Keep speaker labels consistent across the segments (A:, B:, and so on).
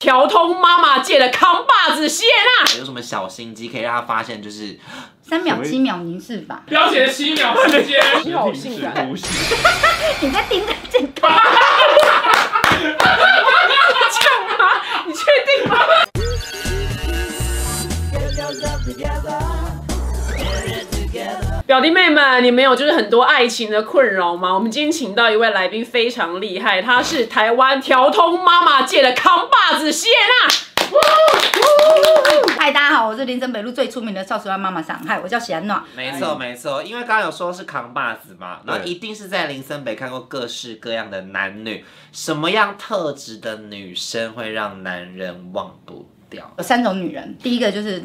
A: 调通妈妈界的扛把子谢娜，
B: 有什么小心机可以让他发现，就是
C: 三秒七秒凝视吧。
D: 表姐的七秒时间，
A: 你好性感
E: 呼吸，
C: 你在盯着这个，
A: 干嘛？你确定吗？表弟妹们，你们有就是很多爱情的困扰吗？我们今天请到一位来宾非常厉害，她是台湾调通妈妈界的扛把子谢娜。
C: 嗨，大家好，我是林森北路最出名的少数案妈妈桑，嗨，我叫喜安暖。
B: 没错没错，因为刚刚有说是扛把子嘛，然后
E: 对
B: 一定是在林森北看过各式各样的男女，什么样特质的女生会让男人忘不 掉？
C: 有三种女人，第一个就是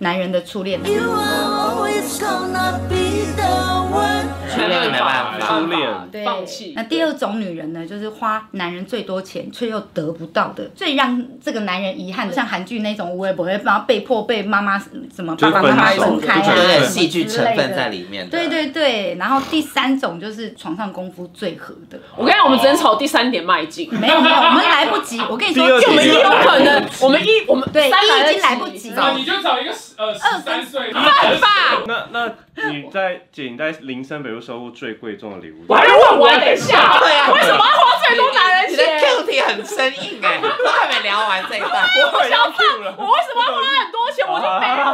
C: 男人的初恋，
F: You are always gonna be the one.
B: 初恋没办
D: 没办
B: 法
D: 法，
E: 初恋
C: 对
A: 放弃
C: 那第二种女人呢，就是花男人最多钱却又得不到的，最让这个男人遗憾的，像韩剧那种无微不会，然后被迫被妈妈什么
E: 就
C: 爸
E: 是
C: 爸妈妈
E: 分手
C: 分开
B: 就
C: 啊，
B: 有点
C: 什么
B: 戏剧
C: 之
B: 成
C: 类
B: 分
C: 的
B: 在里面的。
C: 对对对，然后第三种就是床上功夫最合的，
A: 我跟你讲，我们只能朝第三点迈进。
C: 没有没有，我们来不及。我跟你说
E: 第二，
A: 我们一
E: 点
A: 有可能，我们一我们
C: 对
A: 三
C: 一已
A: 得
C: 经
A: 及
C: 来不及
D: 那
C: 了
D: 你。就找一个十呃十三岁的，
A: 办法。
E: 那那你在姐你在林森北路收过最贵重的礼物？
A: 我还没问完，等一下，
B: 对啊
A: 为什么要花最多男人
B: 你的
A: 钱？
B: 课题很生硬哎、都还没聊完这一段。
E: 我很要吐了，
A: 我为什么要花很多钱？我就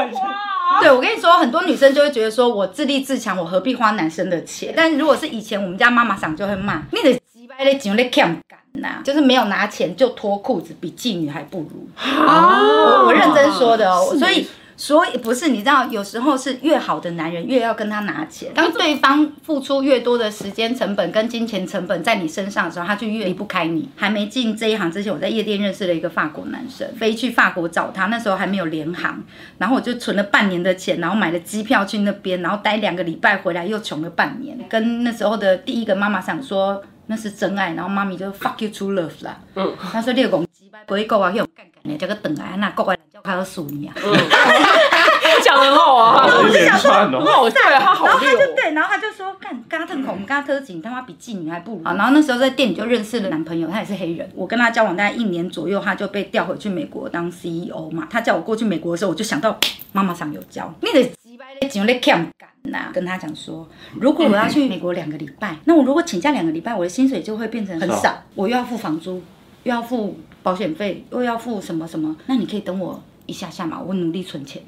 A: 没有花啊。
C: 对，我跟你说，很多女生就会觉得说，我自立自强，我何必花男生的钱？但如果是以前，我们家妈妈嗓就会骂，你的鸡巴的钱在欠干呐，就是没有拿钱就脱裤子，比妓女还不如。
A: 啊
C: 我我认真说的哦，所以。所以不是你知道，有时候是越好的男人越要跟他拿钱。当对方付出越多的时间成本跟金钱成本在你身上的时候，他就越离不开你。还没进这一行之前，我在夜店认识了一个法国男生，飞去法国找他，那时候还没有联航，然后我就存了半年的钱，然后买了机票去那边，然后待两个礼拜回来又穷了半年。跟那时候的第一个妈妈想说那是真爱，然后妈咪就 fuck you true love 啦。嗯，他说你有讲鸡巴不会够啊，那种干干的，这个等啊，那国外人叫他都输
E: 嗯
C: 你啊。
A: 我讲的很好 啊，
E: 一连串
A: 很
E: 哦。
A: 好，对，他好
C: 然后他
A: 溜
C: 就。对，然后他就说干嘎特孔嘎特警，他妈比妓女还不如。
E: 嗯
C: 好，然后那时候在店里就认识了男朋友，他也是黑人。我跟他交往大概一年左右，他就被调回去美国当 CEO 嘛。他叫我过去美国的时候，我就想到妈妈上有教，你的鸡巴的钱在欠干呐。跟他讲说，如果我要
E: 嗯
C: 去美国两个礼拜，那我如果请假两个礼拜，我的薪水就会变成很
E: 少
C: 少，我又要付房租，又要付保险费，又要付什么什么，那你可以等我一下下嘛，我努力存钱。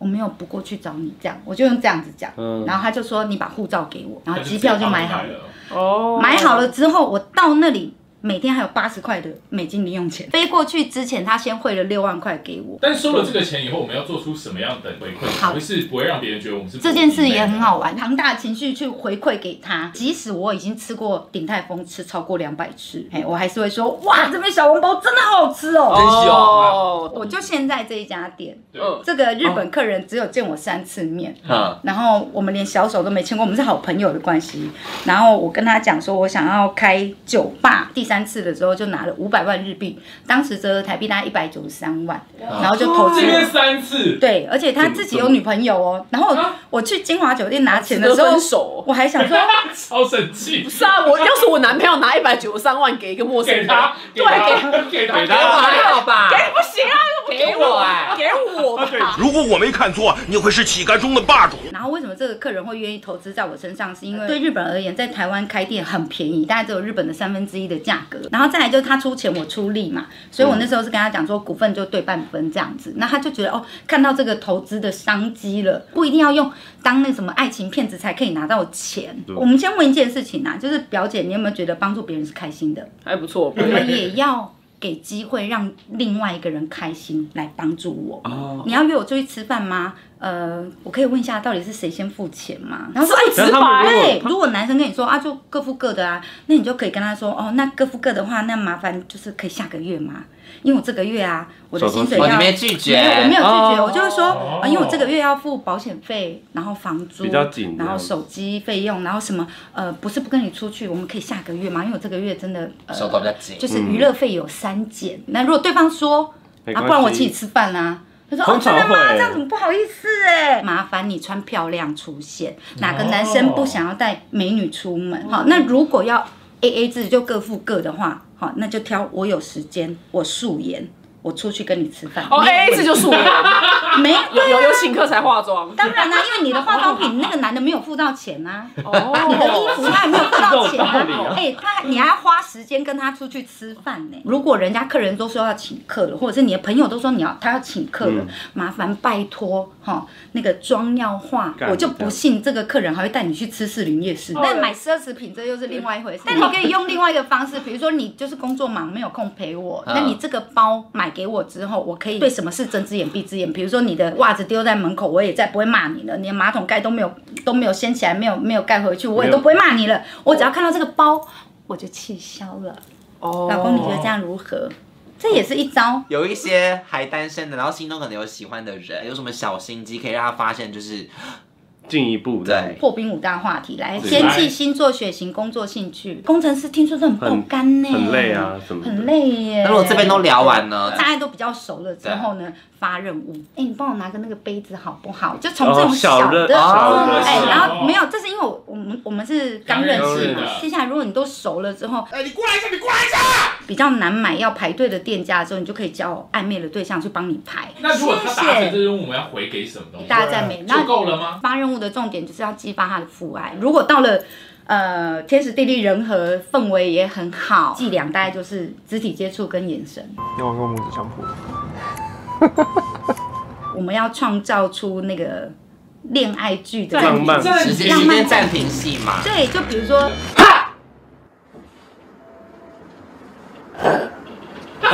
C: 我没有不过去找你，这样我就用这样子讲，
E: 嗯
C: 然后他就说你把护照给我，然后机票就买好了，
D: 了。
A: 哦
C: 买好了之后我到那里每天还有八十块的美金零用钱，飞过去之前他先汇了六万块给我，
D: 但收了这个钱以后，我们要做出什么样的回馈，才会是不会让别人觉得我们是
C: 这件事也很好玩，庞大的情绪去回馈给他，即使我已经吃过鼎泰丰吃超过两百次，哎，我还是会说哇这边小笼包真的好好吃哦，
A: 哦，
C: 我就现在这一家店，
D: 对
A: 嗯
C: 这个日本客人只有见我三次面，
B: 嗯，
C: 然后我们连小手都没牵过，我们是好朋友的关系。然后我跟他讲说，我想要开酒吧。第三次的时候就拿了五百万日币，当时折合台币大概一百九十三万，然后就投
A: 哦
C: 资
D: 这边
C: 我。
D: 三次，
C: 对，而且他自己有女朋友哦。然后我去金华酒店拿钱的
A: 值
C: 时
A: 得
C: 候
A: 啊分，手。哦
C: 我还想说，
D: 超生气
A: 不，是啊，我要是我男朋友拿一百九十三万给一个陌生
D: 给
A: 人，
D: 他，
A: 对，给
D: 他，给他，
B: 给我还好吧？
A: 给不行啊，不
B: 给我哎
A: 给啊我吧。
G: 如果我没看错，你会是乞丐中的霸主。
C: 然后为什么这个客人会愿意投资在我身上？是因为对日本而言，在台湾开店很便宜，大概只有日本的三分之一的价格。然后再来就是他出钱，我出力嘛，所以我那时候是跟他讲说股份就对半分这样子。那他就觉得哦，看到这个投资的商机了，不一定要用当那什么爱情骗子才可以拿到钱。我们先问一件事情啊，就是表姐，你有没有觉得帮助别人是开心的？
A: 还不错，
C: 我们也要给机会让另外一个人开心来帮助我。
E: 哦
C: 你要约我出去吃饭吗？呃，我可以问一下到底是谁先付钱吗？然后说哎，
A: 直
E: 啊
A: 白。
C: 对，如果男生跟你说啊，就各付各的啊，那你就可以跟他说哦，那各付各的话，那麻烦就是可以下个月吗？因为我这个月啊，我的薪水
B: 哦，
C: 要
B: 你没拒绝？
C: 没有，我没有拒绝，
A: 哦
C: 我就会说，
D: 哦
C: 啊，因为我这个月要付保险费，然后房租
E: 比较紧
C: 然后
E: 这样
C: 手机费用，然后什么，呃，不是不跟你出去，我们可以下个月嘛，因为我这个月真的呃
B: 手头比较紧
C: 就是娱乐费有三减。那如果对方说，
E: 嗯没
C: 啊，
E: 关系
C: 不然我请你吃饭啦。他说：“哦，
E: 通
C: 真
E: 常
C: 的吗？
E: 会
C: 这样怎么不好意思哎、麻烦你穿漂亮出现，哪个
E: 哦
C: 男生不想要带美女出门？好，那如果要 A A 制就各付各的话，好，那就挑我有时间，我素颜，我出去跟你吃饭。
A: 哦
C: 没有
A: ，A A 制就素颜，
C: 没
A: 有有有请客才化妆。
C: 当然啦、因为你的化妆品那个男的没有付到钱啊，你的衣服
A: 哦，
C: 啊他也没有付到钱
E: 这种道理
C: 啊
E: 啊。
C: 哎、他你还要花时间跟他出去吃饭呢、如果人家客人都说要请客了，或者是你的朋友都说你要他要请客了，
E: 嗯
C: 麻烦拜托哈，那个妆要化，
E: 干哦
C: 我就不信这个客人还会带你去吃士林夜市。那买奢侈品这又是另外一回事，但你可以用另外一个方式，比如说你就是工作忙没有空陪我，
B: 嗯
C: 那你这个包买给我之后，我可以对呃什么事睁只眼闭只眼。比如说你的袜子丢在门口，我也再不会骂你了，你的马桶盖都没有都没有掀起来，没有没有盖回去，我也
E: 没
C: 都
E: 有
C: 不会骂你了。我只要看到这个包，
B: 哦
C: 我就气消了。老公，你觉得这样如何？这也是一招。
B: 有一些还单身的，然后心中可能有喜欢的人，有什么小心机可以让他发现，就是
E: 进一步这样
B: 对
C: 破冰五大话题来，
E: 对
C: 天气、星座、血型、工作、兴趣。工程师听说都很爆肝呢，
E: 很累
A: 嗯
E: 啊，，什么的
C: 很累耶。
B: 那如果这边都聊完呢？
C: 大家都比较熟了之后呢，发任务。哎、你帮我拿个那个杯子好不好？就从这种
E: 哦小
C: 的，
E: 的
B: 小
E: 的哦
C: 哎、
E: 事
C: 然后没有，这是因为我我们我们是刚认
E: 刚
C: 识
E: 认
C: 嘛
D: 识，
C: 接下来如果你都熟了之后，
G: 哎，你过来一下，你过来一下。
C: 比较难买要排队的店家的时候，你就可以叫暧昧的对象去帮你排。
D: 那如果他达成这啊
C: 谢谢。
D: 任务，我们要回给什么东西？
C: 大家赞美，
D: 就够了吗？
C: 发任务的重点就是要激发他的父爱。如果到了呃天时地利人和，氛围也很好，伎俩大概就是肢体接触跟眼神。
H: 你玩过拇指相扑？
C: 我们要创造出那个恋爱剧的
E: 浪漫
D: 这
B: 时间
C: 浪
B: 时
C: 漫
B: 间暂停戏嘛，
C: 对，就比如说，
A: 听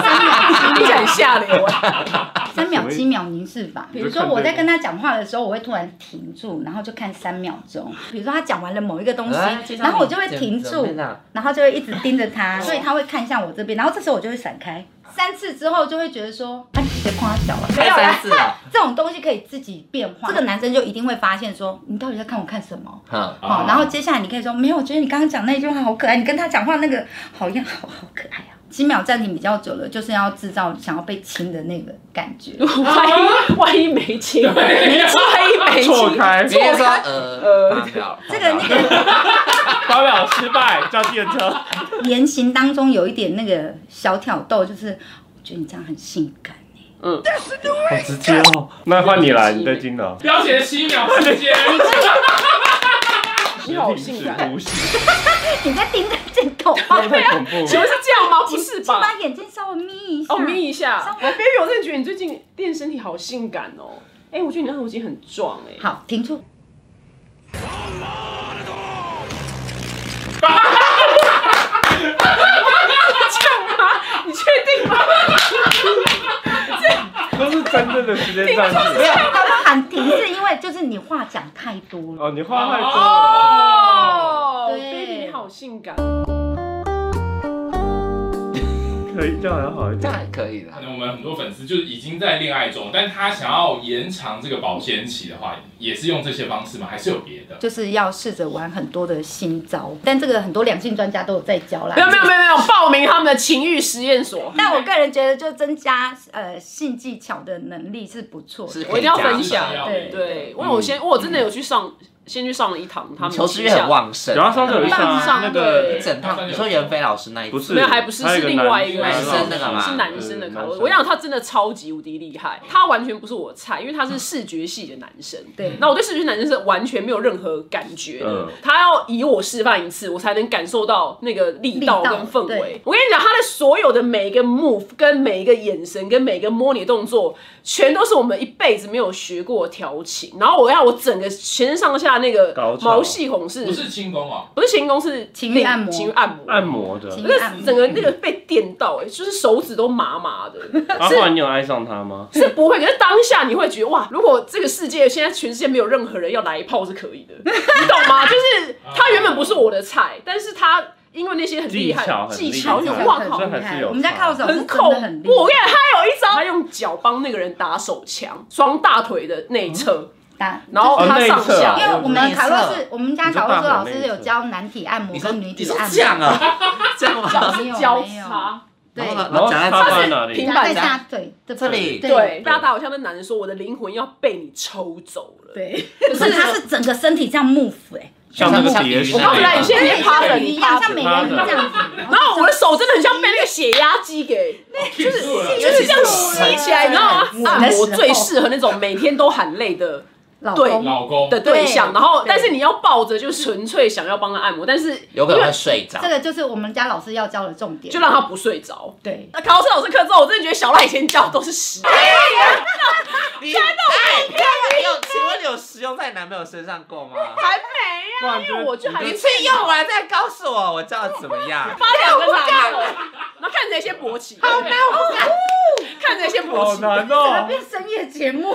A: 起来很下流啊。
C: 三秒七秒凝视法。比如说我在跟他讲话的时候，我会突然停住，然后就看三秒钟。比如说他讲完了某一个东西
B: 哎介，绍
C: 然后我
B: 你
C: 就会停
B: 怎么
C: 住
B: 怎么样，
C: 然后就会一直盯着 他，所以他会看向我这边，然后这时候我就会闪开。三次之后就会觉得说，啊，你别夸小了，没
B: 看
C: 有啦
B: 三。次了，
C: 这种东西可以自己变化，这个男生就一定会发现说，你到底在看我看什么？
B: 哼，
D: 啊
C: 哦，然后接下来你可以说，没有，我觉得你刚刚讲那句话好可爱，你跟他讲话那个好样，好好可爱啊。几秒暂停比较久了，就是要制造想要被亲的那个感 觉。
A: 万一万一没亲，万一没
E: 错
A: 亲，
E: 开，
B: 直接说呃
E: 呃
B: 放掉了，
C: 这个
B: 放
C: 那
B: 掉了
C: 个
E: 发表失败，叫电车。
C: 言行当中有一点那个小挑逗，就是我觉得你这样很性感。
E: 好直接哦。那换你来，你对金的。
D: 标姐的七秒时间，
A: 你好性感。
E: 无视，
C: 你在盯着镜头吗？
E: 太恐怖
A: 请问
E: 了。
A: 是这样吗？不是
C: 请
A: 吧？
C: 把眼睛稍微眯一下。
A: 哦，眯一下
C: 稍。微
A: baby，我真的觉得你最近练身体好性感哦。哎，我觉得你那头肌很壮哎。
C: 好，停住。
A: 你确定吗？
E: 都是真正的时间暂停。
C: 没有，他们喊停是因为就是你话讲太多了。
E: 哦，你话太多了。
A: 哦
C: 对
A: ，baby，你好性感。
E: 可以这样还好一
B: 这样。
E: 点
B: 还可以的
C: 嗯
D: 可。能我们很多粉丝就是已经在恋爱中，但他想要延长这个保鲜期的话，也是用这些方式吗？还是有别的？
C: 就是要试着玩很多的新招，但这个很多两性专家都有在教啦。
A: 没有没有没有没有，报名他们的情欲实验所。
C: 但我个人觉得，就增加呃性技巧的能力是不错
B: 是
C: 的。
A: 我一定要分
D: 还
A: 享
D: 是。要
C: 对
A: 对，我有先，我真的有去上，先去上了一堂他们
B: 嗯求知欲很，旺盛，
E: 然后上次有一啊
A: 上
E: 上那个
B: 一整趟，你说袁飞老师那一
E: 不
B: 次，
E: 是，
A: 没有还不是
E: 还有
A: 是另外一个
B: 男生那
E: 的
B: 个嘛
A: 是男生的卡路
E: 嗯
A: 我想他真的超级无敌厉害，他完全不是我的菜，因为他是视觉系的男生。
C: 对
A: 那我对视觉系男生是完全没有任何感觉的
E: 嗯，
A: 他要以我示范一次，我才能感受到那个力道
C: 力
A: 跟
C: 道
A: 氛围
C: 对。
A: 我跟你讲，他的所有的每一个 move、跟每一个眼神、跟每一个摸你的动作，全都是我们一辈子没有学过的调情。然后我要我整个全身上下那个
E: 高潮
A: 毛细孔是
D: 不是轻功哦，
A: 不是情功是
C: 情欲按摩
A: 情欲按摩
E: 按摩的。
C: 情
A: 那
C: 欲
A: 个
C: 按摩
A: 整个那个被电到、哎，就是手指都麻麻的，
E: 然后后来你有爱上他吗？
A: 是不会。可是当下你会觉得，哇，如果这个世界现在全世界没有任何人要来一炮是可以的，你懂 吗？就是他原本不是我的菜，但是他因为那些很厉害
E: 技巧很
A: 技
E: 厉害
A: 巧，
E: 这
A: 有
E: 个
A: 哇
E: 很
A: 靠
E: 这，还是有
C: 我们家靠手是
A: 很
C: 真
A: 恐
C: 的很厉
A: 怖！我跟
C: 害。
A: 你讲，他有一招，他用脚帮那个人打手枪，双大腿的内侧，
C: 打
A: 然后
E: 哦
A: 他
E: 内
A: 上
E: 侧
A: 下
E: 啊，
C: 因为我们
B: 内侧
C: 卡洛是我们家卡洛斯老
E: 你
C: 师
E: 说大
C: 有教男体按摩
B: 你说
C: 跟女
B: 你
C: 体
B: 说
C: 按
B: 这样
C: 摩，
B: 啊，这样
C: 脚
B: 吗？
C: 没有
A: 交
C: 没有
A: 叉，
C: 对，
B: 然后呢
E: 然后
B: 夹在
E: 插
B: 这
E: 在
B: 里
E: 哪里？
A: 平
C: 夹在
A: 板
C: 下腿这
B: 这里
A: 对，
C: 对
A: 被他打我像那男人说，我的灵魂要被你抽走了。
C: 对，可是他是整个身体这样 move 哎，
E: 像那个碟
B: 我
E: 式
A: 告诉他，你
E: 那样
A: 现在
C: 对
A: 已经趴着，
C: 像鱼一
A: 你
C: 样，
A: 趴
C: 像
A: 着。
C: 美人鱼这样子。
A: 然后我的手真的很像被那个血压机 给，
D: 就是
A: 就是这样吸起来，你知道吗？按摩最适合那种每天都喊累的
C: 老
A: 对
C: 公，
D: 老
B: 哦
D: 公
A: 的对象，
C: 对
A: 然后
C: 对
A: 但是你要抱着，就纯粹想要帮他按摩，但是
B: 有可能会睡着
C: 这。个就是我们家老师要教的重点。
A: 就让他不睡着。
C: 对，
A: 那考到这老师课之后，我真的觉得小赖以前教的都是屎。 哎
B: 你哎，你有请问你有使用在男朋友身上过吗？
A: 还没
E: 不
A: 啊，
E: 然就
A: 因为我就还
B: 你去用完再告诉我，我知道怎么样。
A: 发两个男友，然后看谁先勃起，好难，我不敢，看谁先勃
E: 好
A: 起。
E: 难
C: 怎么
E: 哦。
C: 变深夜节 目？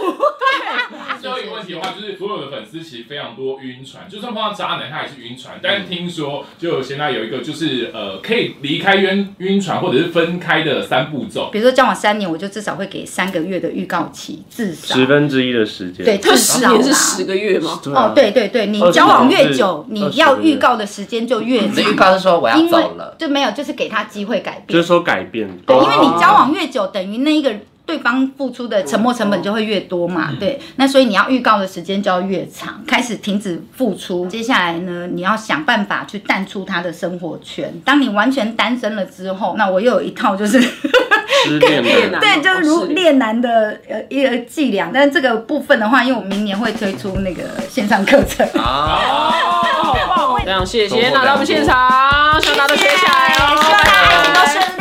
D: 最后一个问题的话，就是所有的粉丝其实非常多晕船，就算碰到渣男他也是晕船。但是听说就有现在有一个就是呃可以离开晕晕船或者是分开的三步骤，
C: 比如说交往三年，我就至少会给三个月的预告期，至少
E: 十分之一的时间。
C: 对，
A: 他
C: 至
A: 十
C: 少啦
A: 年是十个月吗？
E: 对啊
C: 哦，，对对对，你
E: 20
C: 交往越
E: 是
C: 久，
E: 20
C: 你要
E: 个月
C: 预告的时间就 越
B: 你的
C: 长，
B: 预告是说我要
C: 因为
B: 走了，
C: 就没有就是给他机会改
E: 就
C: 变
E: 是。哦说改变。
C: 对，因为你交往越久，等于那一个对方付出的沉没成本就会越多嘛。对，那所以你要预告的时间就要越长，开始停止付出。接下来呢，你要想办法去淡出他的生活圈。当你完全单身了之后，那我又有一套就是
E: 失恋
A: 恋啊
E: 的，
C: 对，就是
A: 哦
C: 如
A: 是
C: 恋男的呃一个伎俩。但是这个部分的话，因为我明年会推出那个线上课程。
B: 啊，
A: 哦非常谢谢，今天来到我们现场，希望大家都学起来哦，
B: 希望大家
A: 拜拜
B: 都
F: 到生